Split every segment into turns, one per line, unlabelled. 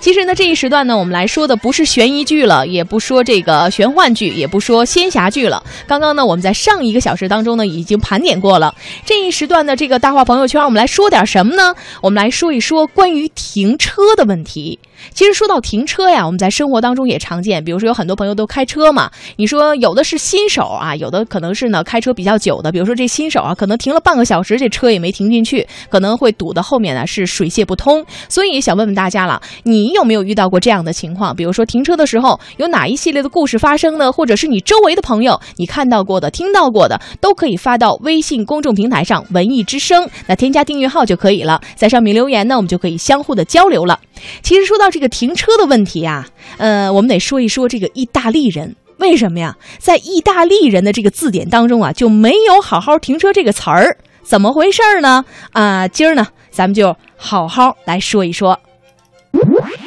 其实呢，这一时段呢，我们来说的不是悬疑剧了，也不说这个玄幻剧，也不说仙侠剧了。刚刚呢，我们在上一个小时当中呢，已经盘点过了。这一时段的这个大话朋友圈，我们来说点什么呢？我们来说一说关于停车的问题。其实说到停车呀，我们在生活当中也常见，比如说有很多朋友都开车嘛。你说有的是新手啊，有的可能是呢开车比较久的，比如说这新手啊，可能停了半个小时，这车也没停进去，可能会堵的后面呢是水泄不通。所以想问问大家了，你有没有遇到过这样的情况？比如说停车的时候有哪一系列的故事发生呢？或者是你周围的朋友你看到过的、听到过的，都可以发到微信公众平台上“文艺之声”，那添加订阅号就可以了，在上面留言呢，我们就可以相互的交流了。其实说到这个停车的问题啊，呃，我们得说一说这个意大利人。呃为什么呀？在意大利人的这个字典当中啊，就没有“好好停车”这个词儿，怎么回事儿呢？啊、今儿呢，咱们就好好来说一说。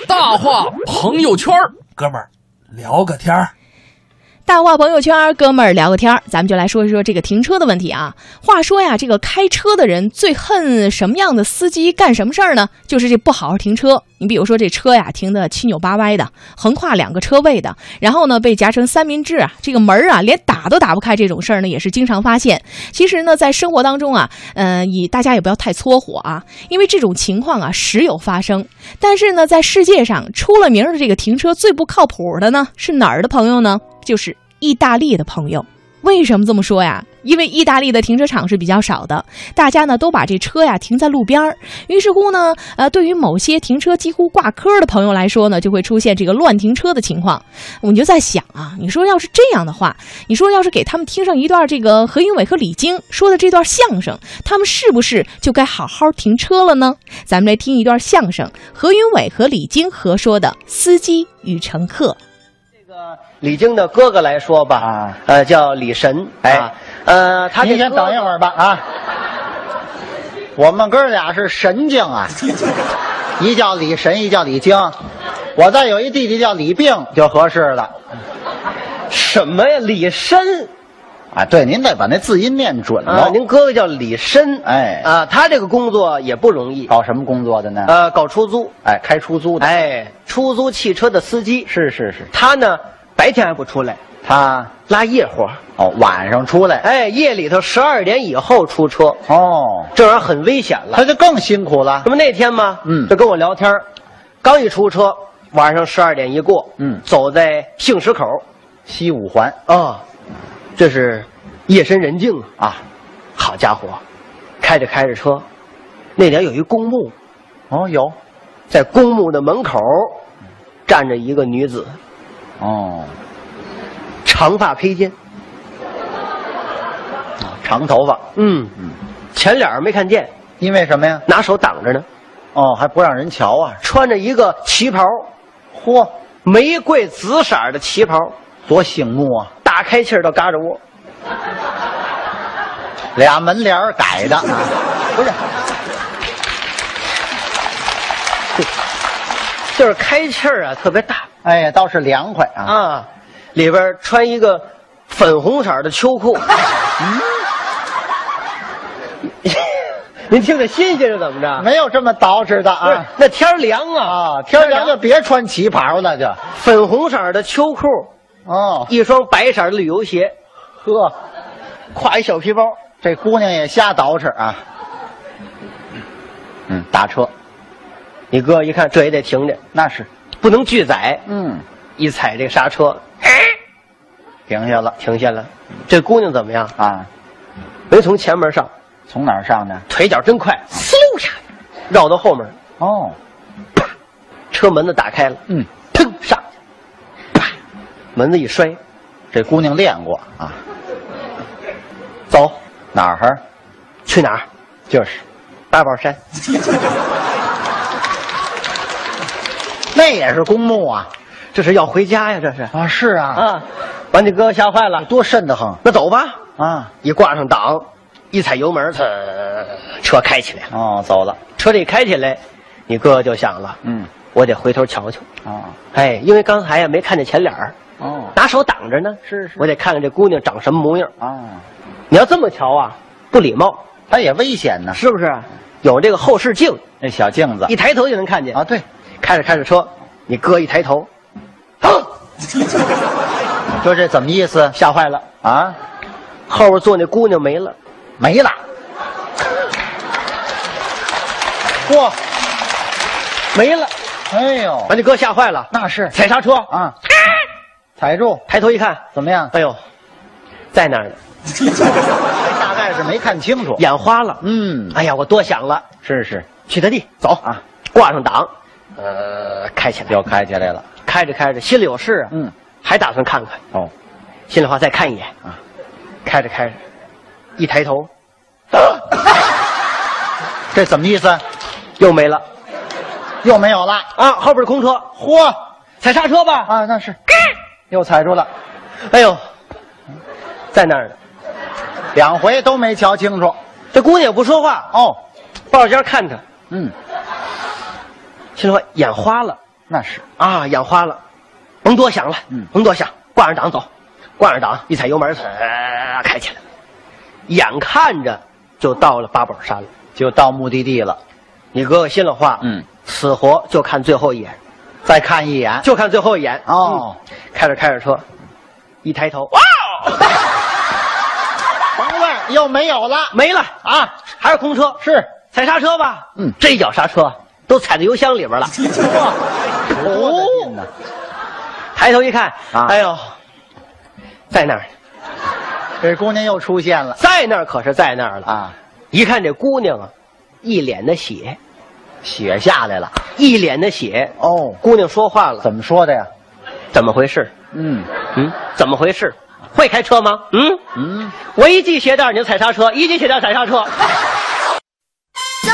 大话朋友圈儿
哥们儿聊个天儿。
大话朋友圈儿，哥们儿聊个天儿，咱们就来说一说这个停车的问题啊。话说呀，这个开车的人最恨什么样的司机干什么事儿呢？就是这不好好停车。你比如说这车呀，停的七扭八歪的，横跨两个车位的，然后呢被夹成三明治啊，这个门儿啊连打都打不开，这种事儿呢也是经常发现。其实呢，在生活当中啊，嗯、呃，以大家也不要太搓火啊，因为这种情况啊时有发生。但是呢，在世界上出了名儿的这个停车最不靠谱的呢，是哪儿的朋友呢？就是意大利的朋友。为什么这么说呀？因为意大利的停车场是比较少的，大家呢都把这车呀停在路边儿。于是乎呢，呃，对于某些停车几乎挂科的朋友来说呢，就会出现这个乱停车的情况。我们就在想啊，你说要是这样的话，你说要是给他们听上一段这个何云伟和李菁说的这段相声，他们是不是就该好好停车了呢？咱们来听一段相声，何云伟和李菁合说的《司机与乘客》。
李菁的哥哥来说吧，
啊
呃，叫李神，
哎
啊，呃，他
您
这
先
哥
等一会儿吧啊！我们哥俩是神经 啊，一叫李神，一叫李精。我再有一弟弟叫李病就合适了
什么呀？李深
啊。对，您得把那字音念准了。
啊，您哥哥叫李深，
哎
啊，他这个工作也不容易，
搞什么工作的呢？
呃，搞出租，
哎，开出租的。
哎，出租汽车的司机，
是是是，
他呢白天还不出来，
他
拉夜活，
哦晚上出来。
哎，夜里头十二点以后出车，
哦，
这玩意儿很危险了。
他就更辛苦了
这。不那天吗？
嗯
就跟我聊天儿刚一出车，晚上十二点一过，
嗯哦
走在杏石口，
西五环
啊，这是夜深人静啊，
啊，
好家伙，开着开着车，那点有一公墓，
哦有，
在公墓的门口站着一个女子，
哦，
长发披肩，
长头发，
嗯
嗯，
前脸儿没看见，
因为什么呀？
拿手挡着呢，
哦，还不让人瞧啊。
穿着一个旗袍，
嚯，
玫瑰紫色儿的旗袍，
多醒目啊！
打开气儿到嘎吱窝，
俩门帘儿改的，不是
就是开气儿啊特别大
哎，倒是凉快啊！
啊，里边儿穿一个粉红色儿的秋裤，您听着新鲜是怎么着？
没有这么捯饬的
啊不是
啊，
那天儿凉啊
啊！天儿凉就别穿旗袍了，就
粉红色儿的秋裤，
哦
一双白色儿的旅游鞋，
呵，
挎一小皮包，
这姑娘也瞎捯饬啊。嗯，打车
你哥一看这也得停着，
那是，
不能拒载，
嗯，哎
一踩这个刹车，
停下了
停下了。这姑娘怎么样？
啊。
没从前门上，
从哪儿上的？
腿脚真快，嗖一下绕到后面，
哦，
车门子打开了，
嗯，
砰上去，啪，门子一摔，
这姑娘练过啊。
走
哪儿？
去哪儿？
就是
八宝山，
那也是公墓啊
这是要回家呀，这是
啊！是啊，
啊，把你哥吓坏了。
多瘆得慌
那走吧，
啊！
一挂上档，一踩油门，它车开起来了。
哦，走了，
车这一开起来，你哥就想了，
嗯
我得回头瞧瞧。
啊，
哎，因为刚才呀没看见前脸儿，
哦
拿手挡着呢。
是是
我得看看这姑娘长什么模样。
啊，
你要这么瞧啊，不礼貌，
它也危险呢。
是不是？有这个后视镜，
那小镜子
一抬头就能看见。
啊，对，
开着开着车，你哥一抬头，啊
说这怎么意思？吓坏了啊！
后边坐那姑娘没了，
没了。嚯，
没了，
哎呦
把，你哥吓坏了，
那是
踩刹车，
啊，踩住，
抬头一看，
怎么样？
哎呦，在那儿呢，
大概是没看清楚。
眼花了。
嗯，
哎呀，我多想了，
是是，
去他地走
啊，
挂上档，呃，开起来，
要开起来了。
开着开着，心里有事啊，
嗯，
还打算看看，
哦，
心里话再看一眼
啊，
开着开着，一抬头
这怎么意思？
又没了
又没有了。
啊，后边是空车，
嚯
踩刹车吧，
啊，那是，又踩住了，
哎呦，在那儿呢，
两回都没瞧清楚。
这姑娘也不说话，
哦，
抱着肩看他，
嗯，
心里话眼花了
那是，
啊，眼花了，甭多想了，
嗯
甭多想，挂上档走，挂上档一踩油门，呃开起来，眼看着就到了八宝山了。
就到目的地了。
你哥哥心里话，
嗯，
死活就看最后一眼，
再看一眼。
就看最后一眼。
哦
嗯，开着开着车，一抬头，哇，
甭问，又没有了
没了，
啊！
还是空车，
是，
踩刹车吧。
嗯
这一脚刹车都踩到油箱里边了。
哦，
抬头一看，
啊
哎呦，在那儿，
这姑娘又出现了
在那儿，可是在那儿了。
啊，
一看这姑娘啊，一脸的血，
血下来了。
一脸的血。
哦，
姑娘说话了，
怎么说的呀？
怎么回事？
嗯
嗯，怎么回事？会开车吗？嗯，
嗯，
我一系鞋带儿你就踩刹车，一系鞋带儿踩刹车。
综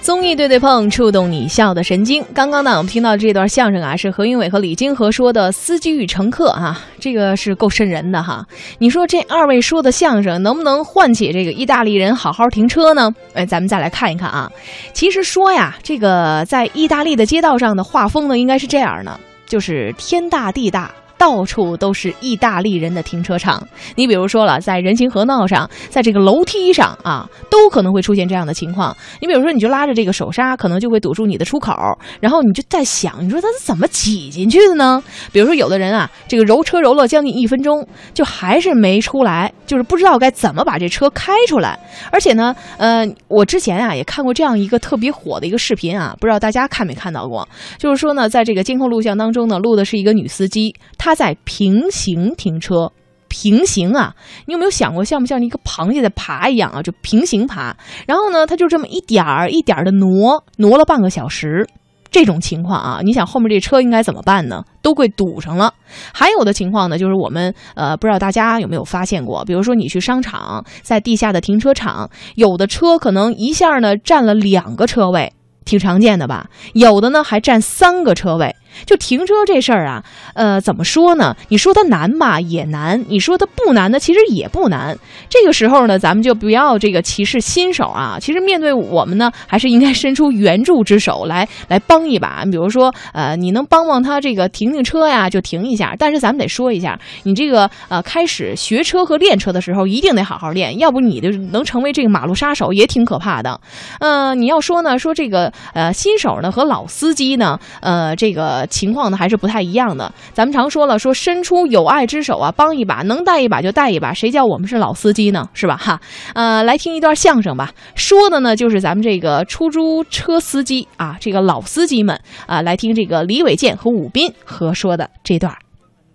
综艺对对碰，触动你笑的神经。刚刚呢，我们听到这段相声啊，是何云伟和李金河说的《司机与乘客》啊，这个是够瘆人的哈。你说这二位说的相声能不能唤起这个意大利人好好停车呢？哎，咱们再来看一看啊。其实说呀，这个在意大利的街道上的画风呢，应该是这样的，就是天大地大。到处都是意大利人的停车场，你比如说了，在人行河道上，在这个楼梯上啊，都可能会出现这样的情况。你比如说，你就拉着这个手刹，可能就会堵住你的出口，然后你就在想，你说他是怎么挤进去的呢？比如说，有的人啊，这个揉车揉了将近一分钟，就还是没出来，就是不知道该怎么把这车开出来。而且呢，呃，我之前啊也看过这样一个特别火的一个视频啊，不知道大家看没看到过？就是说呢，在这个监控录像当中呢，录的是一个女司机，她在平行停车。平行啊，你有没有想过，像不像一个螃蟹在爬一样啊？就平行爬，然后呢，她就这么一点儿一点儿的挪，挪了半个小时。这种情况啊，你想后面这车应该怎么办呢？都会堵上了。还有的情况呢，就是我们呃，不知道大家有没有发现过，比如说你去商场，在地下的停车场，有的车可能一下呢占了两个车位，挺常见的吧？有的呢还占三个车位。就停车这事儿啊，呃，怎么说呢？你说它难吧，也难；你说它不难呢，其实也不难。这个时候呢，咱们就不要这个歧视新手啊。其实面对我们呢，还是应该伸出援助之手来来帮一把。比如说，呃，你能帮帮他这个停停车呀，就停一下。但是咱们得说一下，你这个呃开始学车和练车的时候，一定得好好练，要不你就能成为这个马路杀手，也挺可怕的。呃，你要说呢，说这个呃新手呢和老司机呢，呃这个情况呢还是不太一样的。咱们常说了，说伸出友爱之手啊，帮一把，能带一把就带一把，谁叫我们是老司机呢？是吧？哈，呃，来听一段相声吧，说的呢就是咱们这个出租车司机啊，这个老司机们啊，来听这个李伟健和武斌合说的这段儿。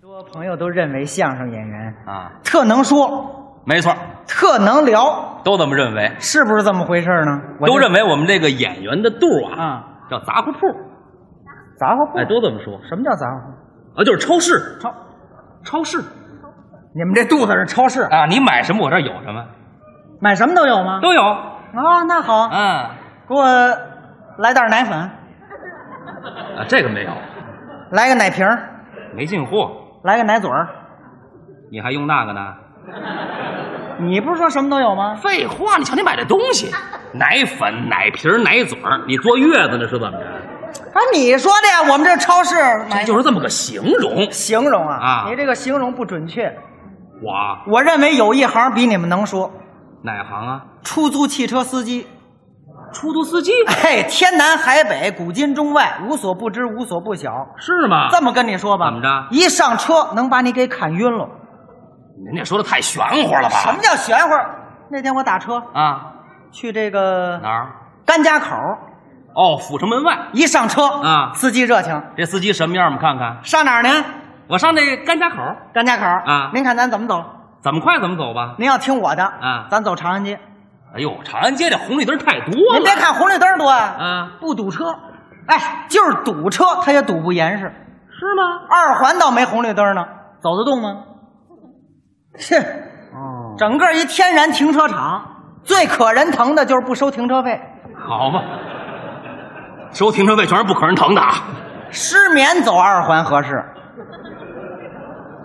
很多朋友都认为相声演员
啊，
特能说，
没错，
特能聊，
都这么认为，
是不是这么回事呢？我就
都认为我们这个演员的度啊，
啊，
叫杂货铺，
杂货铺。
哎，都这么说
什么叫杂货铺？
啊，就是超市，
超，
超市
你们这肚子是超市，
啊，你买什么我这儿有什么
买什么都有吗？
都有，
啊，那好，
啊
给我来袋奶粉，
啊，这个没有，
来个奶瓶儿，
没进货，
来个奶嘴儿。
你还用那个呢？
你不是说什么都有吗？
废话，你瞧你买的东西，奶粉、奶瓶、奶嘴儿你坐月子呢是怎么着？
啊，你说的呀，我们这超市买
就是这么个形容。
形容啊，
啊
你这个形容不准确。
我啊
我认为有一行比你们能说，
哪行啊？
出租汽车司机。
出租司机
哎，天南海北，古今中外，无所不知，无所不晓。
是吗？
这么跟你说吧，
啊怎么着
一上车能把你给砍晕了。
您这说的太玄乎了吧？
什么叫玄乎？那天我打车
啊？
去这个
哪儿？
甘家口，
哦，阜成门外。
一上车
啊
司机热情，
这司机什么样？我们看看。
上哪儿您？
我上这甘家口，
甘家口
啊
您看咱怎么走？
怎么快怎么走吧。
您要听我的
啊
咱走长安街。
哎呦，长安街这红绿灯太多了。
您别看红绿灯多啊，
啊，
不堵车，哎，就是堵车，它也堵不严实。
是吗？
二环倒没红绿灯呢，走得动吗？切，
哦，
整个一天然停车场，最可人疼的就是不收停车费。
好吧，收停车费全是不可人疼的啊。
失眠走二环合适。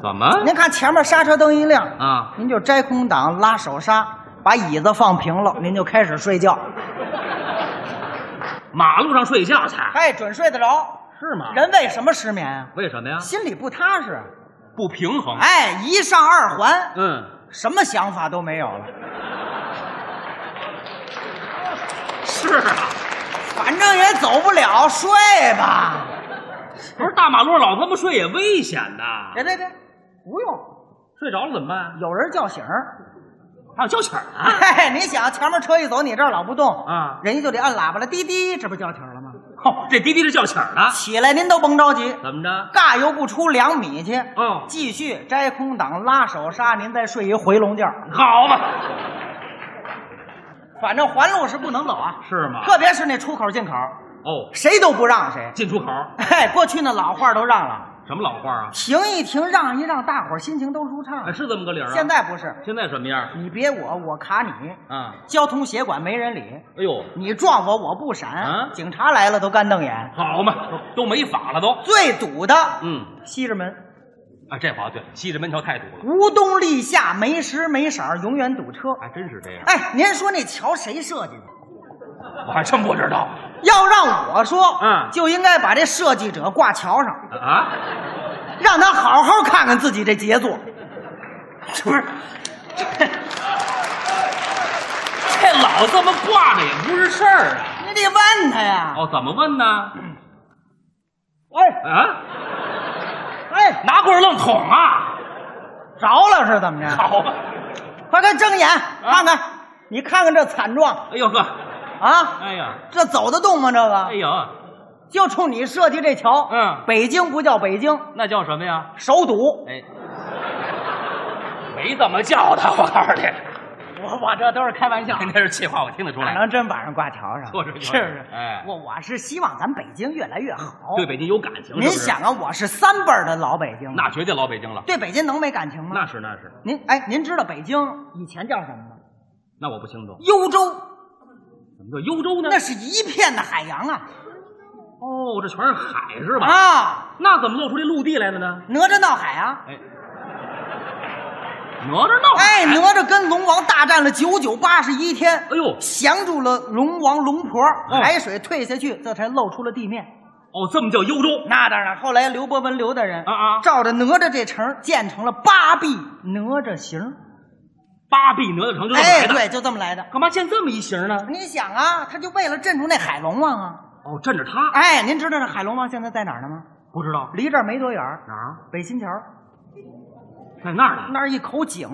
怎么？
您看前面刹车灯一亮，
啊，
您就摘空挡拉手刹，把椅子放平了，您就开始睡觉。
马路上睡觉去？
哎，准睡得着。
是吗
人为什么失眠啊？
为什么呀？
心里不踏实。啊
不平衡。
哎，一上二环，
嗯，
什么想法都没有了，
是啊，
反正也走不了，睡吧。
不是大马路上老这么睡也危险呐。
别别别，不用，
睡着了怎么办？
有人叫醒儿。
还有叫醒儿啊？
哎，你想前面车一走，你这儿老不动
啊
人家就得按喇叭了，滴滴，这不叫醒了吗？
哦，这滴滴是叫醒儿的。
起来，您都甭着急，
怎么着？
尬游不出两米去。
哦
继续摘空挡拉手刹，您再睡一回笼觉。
好吧，
反正环路是不能走啊，
是吗？
特别是那出口进口，
哦，
谁都不让谁。
进出口
哎，过去那老话都让了，
什么老话啊？
停一停，让一让，大伙儿心情都舒畅
哎，。是这么个理儿啊。
现在不是，
现在什么样
你别我，我卡你，
啊？
交通协管没人理，
哎呦，
你撞我我不
啊
闪，警察来了都干瞪眼。
好嘛，都没法了都。
最堵的
嗯，
西直门，
啊，这话对，西直门桥太堵了，
无冬立夏，没时没色儿，永远堵车。
还真是这样。
哎，您说那桥谁设计的？
我还真不知道
要让我说，
嗯
就应该把这设计者挂桥上，
啊，
让他好好看看自己这杰作。
不是。这老这么挂着也不是事儿啊！
你得问他呀。
哦，怎么问呢？
哎
啊，
哎，
拿棍儿愣捅啊！
着了是怎么着？
好吧，啊
快快睁眼看看，你看看这惨状
哎呦呵，
啊！
哎呀，
这走得动吗？这
哎
个
呦，
就冲你设计这桥，
嗯
北京不叫北京，
那叫什么呀？
首堵。
哎，没怎么叫他，我告诉你，
我我这都是开 玩笑
您这是气话，我听得出
哪
来。
能真把人挂桥上？
就是就是
是不是？
哎
我我是希望咱北京越来越好。
对北京有感情，
您
是不是
想，啊，我是三辈儿的老北京，
那绝对老北京了。
对北京能没感情吗？
那是那是，
您哎，您知道北京以前叫什么吗？
那我不清楚。
幽州，
怎么叫幽州呢？
那是一片的海洋啊
哦，这全是海是吧？
啊！
那怎么露出这陆地来了呢？
哪吒闹海啊！
哎，哪吒闹海，
哎，哪吒跟龙王大战了九九八十一天，
哎呦，
降住了龙王龙婆，
嗯
海水退下去，这才露出了地面。
哦，这么叫幽州？
那当然，后来刘伯温刘大人
啊啊
照着哪吒这城建成了八臂哪吒形。
八臂哪吒城就这么
哎，
来的。
对，就这么来的。
干嘛建这么一型呢？
你想啊，他就为了镇住那海龙王啊！
哦，镇着他，
哎，您知道这海龙王现在在哪儿呢吗？
不知道
离这儿没多远儿，
哪儿啊，
北新桥
在那儿呢。
那儿一口井，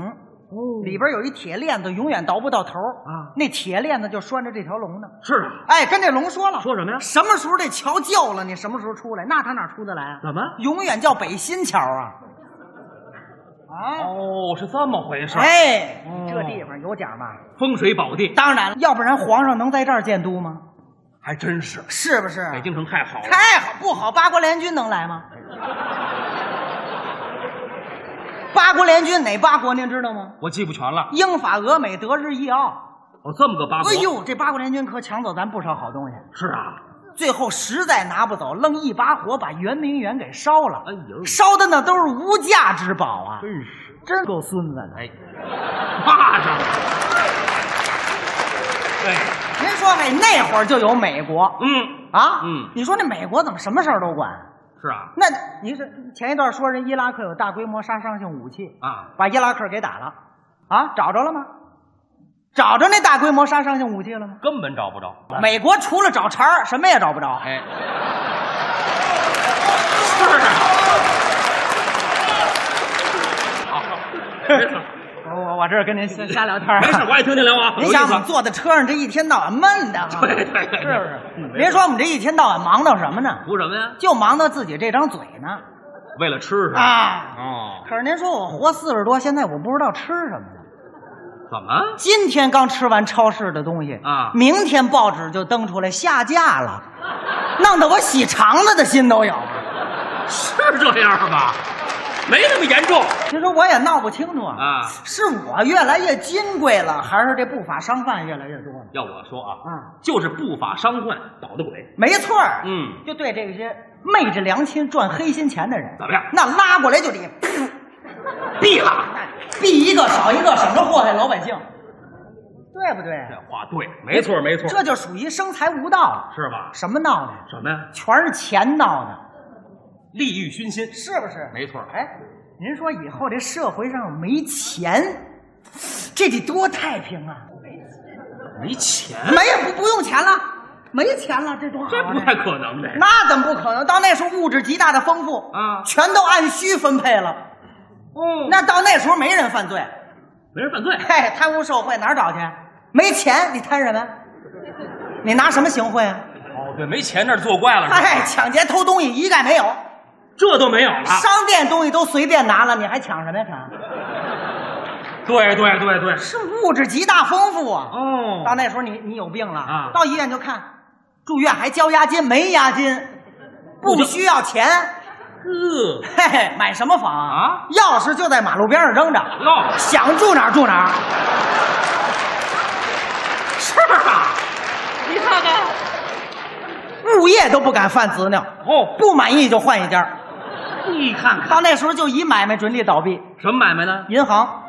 里边有一铁链子，永远倒不到头
哦啊
那铁链子就拴着这条龙呢。
是啊，
哎，跟这龙说了，
说什么呀
什么时候这桥旧了，你什么时候出来？那他哪出得来啊？
怎么？
永远叫北新桥啊！啊，
哦，是这么回事。，
哎
哦，
这地方有讲吧？
风水宝地，
当然了，要不然皇上能在这儿建都吗？
还真是。哎
是不是？
北京城太好了，
太好不好？八国联军能来吗？八国联军哪八国您知道吗？
我记不全了。
英法俄美德日意奥。
哦，这么个八卦。
哎，呦，这八国联军可抢走咱不少好东西，
是啊，
最后实在拿不走，愣一把火把圆明园给烧了。
哎呦
烧的那都是无价之宝啊！
真是。
真够孙子的。
哎，骂上了。哎，
您说，嘿，那会儿就有美国
嗯，
啊？
嗯
你说那美国怎么什么事儿都管？
是啊，
那你是前一段说人伊拉克有大规模杀伤性武器
啊，
把伊拉克给打了啊？找着了吗？找着那大规模杀伤性武器了吗？
根本找不着。
美国除了找茬儿，什么也找不着。
哎，是啊。好，没事，
我我我这儿跟 您瞎瞎聊天儿啊
没事，我也听您聊啊。
您
有意
想
思
我们坐在车上这一天到晚闷的啊，
对对对对
是不是？
嗯没
别说我们这一天到晚忙到什么呢，
图什么呀？
就忙到自己这张嘴呢
为了吃是吧？
啊。
哦，
可是您说我活四十多，现在我不知道吃什么了。
怎么？
今天刚吃完超市的东西
啊
明天报纸就登出来下架了，弄得我洗肠子的心都有。
是这样吧？没那么严重
您说我也闹不清楚啊，
啊。
是我越来越金贵了，还是这不法商贩越来越多了？
要我说啊，
啊，
就是不法商贩捣的鬼。
没错儿，
嗯，
就对这些昧着良心赚黑心钱的人，
怎么样
那拉过来就得噗
毙了。
毙一个少一个，省着祸害老百姓，对不对？
这话对，没错没错，
这就属于生财无道了。
是吧？
什么闹的？
什么呀？
全是钱闹的，
利欲熏心，
是不是？
没错。
哎，您说以后这社会上没钱，这得多太平啊！
没钱，
没不不用钱了，没钱了，这多好
这
啊！
不太可能的。
那怎么不可能？到那时候物质极大的丰富
啊
全都按需分配了。
哦
那到那时候没人犯罪，
没人犯罪，
嘿，贪污受贿哪儿找去？没钱你贪什么？你拿什么行贿啊？
哦，对，没钱那是作怪了，是吧？
哎，抢劫偷东西一概没有，
啊这都没有了。
商店东西都随便拿了，你还抢什么呀？
啊
抢
对对对对，
是物质极大丰富啊！
哦
到那时候你你有病了
啊
到医院就看，住院还交押金，没押金，不需要钱，
呵，
嘿嘿，买什么房
啊
钥匙就在马路边上扔着，
哟，
想住哪儿住哪儿。
是啊，你看看，
物业都不敢犯子鸟，
哦，
不满意就换一家。
你看看
到那时候就以买卖准理倒闭，
什么买卖呢？
银行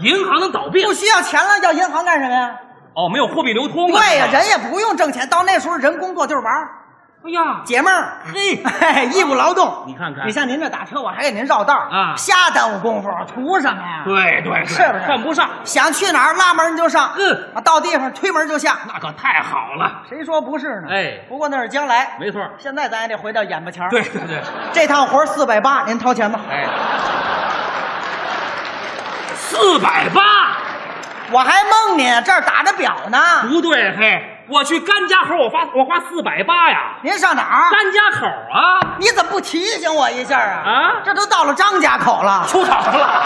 银行能倒闭
不需要钱了，要银行干什么呀？
哦，没有货币流通了。
对呀、
是吧
人也不用挣钱，到那时候人工作就是玩儿，
哎呀，
解闷 儿，
嘿
嘿，义务劳动。
你看看
你像您这打车，我还给您绕道儿
啊
瞎耽误功夫，图什么呀？，
对对，对
是不是
犯不上？
想去哪儿拉门就上，
嗯
啊，到地方推门就下，
那可太好了，
谁说不是呢？
哎
不过那是将来，
没错。
现在咱也得回到眼巴前儿
对，对对，
这趟活四百八，您掏钱吧，
哎，四百八，
我还蒙您，这儿打着表呢。
不对，嘿，我去甘家口，我花我花四百八呀，
您上哪儿？
甘家口啊，
你怎么不提醒我一下啊？
啊
这都到了张家口了。
出场了，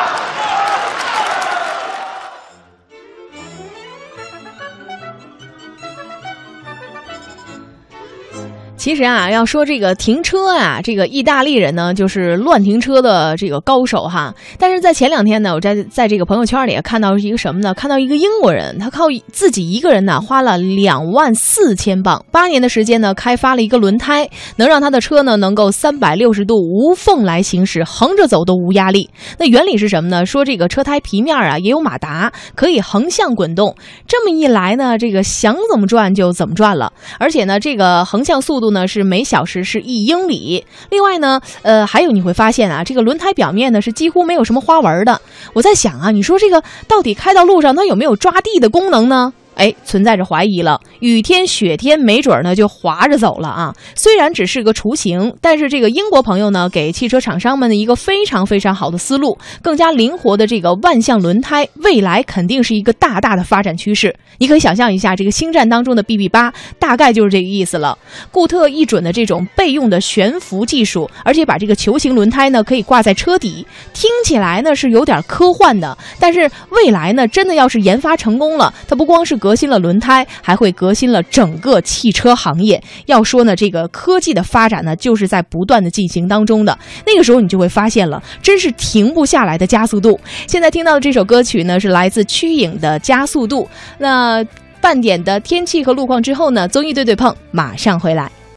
其实啊，要说这个停车啊，这个意大利人呢，就是乱停车的这个高手哈。但是在前两天呢，我在在这个朋友圈里也看到一个什么呢？看到一个英国人，他靠自己一个人呢，花了两万四千镑，八年的时间呢，开发了一个轮胎，能让他的车呢能够三百六十度无缝来行驶，横着走都无压力。那原理是什么呢？说这个车胎皮面啊也有马达，可以横向滚动。这么一来呢，这个想怎么转就怎么转了。而且呢，这个横向速度呢是每小时是一英里。另外呢，呃，还有你会发现啊，这个轮胎表面呢是几乎没有什么花纹的。我在想啊，你说这个到底开到路上它有没有抓地的功能呢？哎，存在着怀疑了。雨天、雪天，没准儿呢就滑着走了啊。虽然只是个雏形，但是这个英国朋友呢，给汽车厂商们的一个非常非常好的思路，更加灵活的这个万向轮胎，未来肯定是一个大大的发展趋势。你可以想象一下，这个星战当中的 BB 八，大概就是这个意思了。固特异准的这种备用的悬浮技术，而且把这个球形轮胎呢可以挂在车底，听起来呢是有点科幻的，但是未来呢真的要是研发成功了，它不光是革新了轮胎，还会革新了整个汽车行业。要说呢，这个科技的发展呢就是在不断的进行当中的，那个时候你就会发现了，真是停不下来的加速度。现在听到的这首歌曲呢是来自曲颖的《加速度》，那。半点的天气和路况之后呢，综艺对对碰马上回来。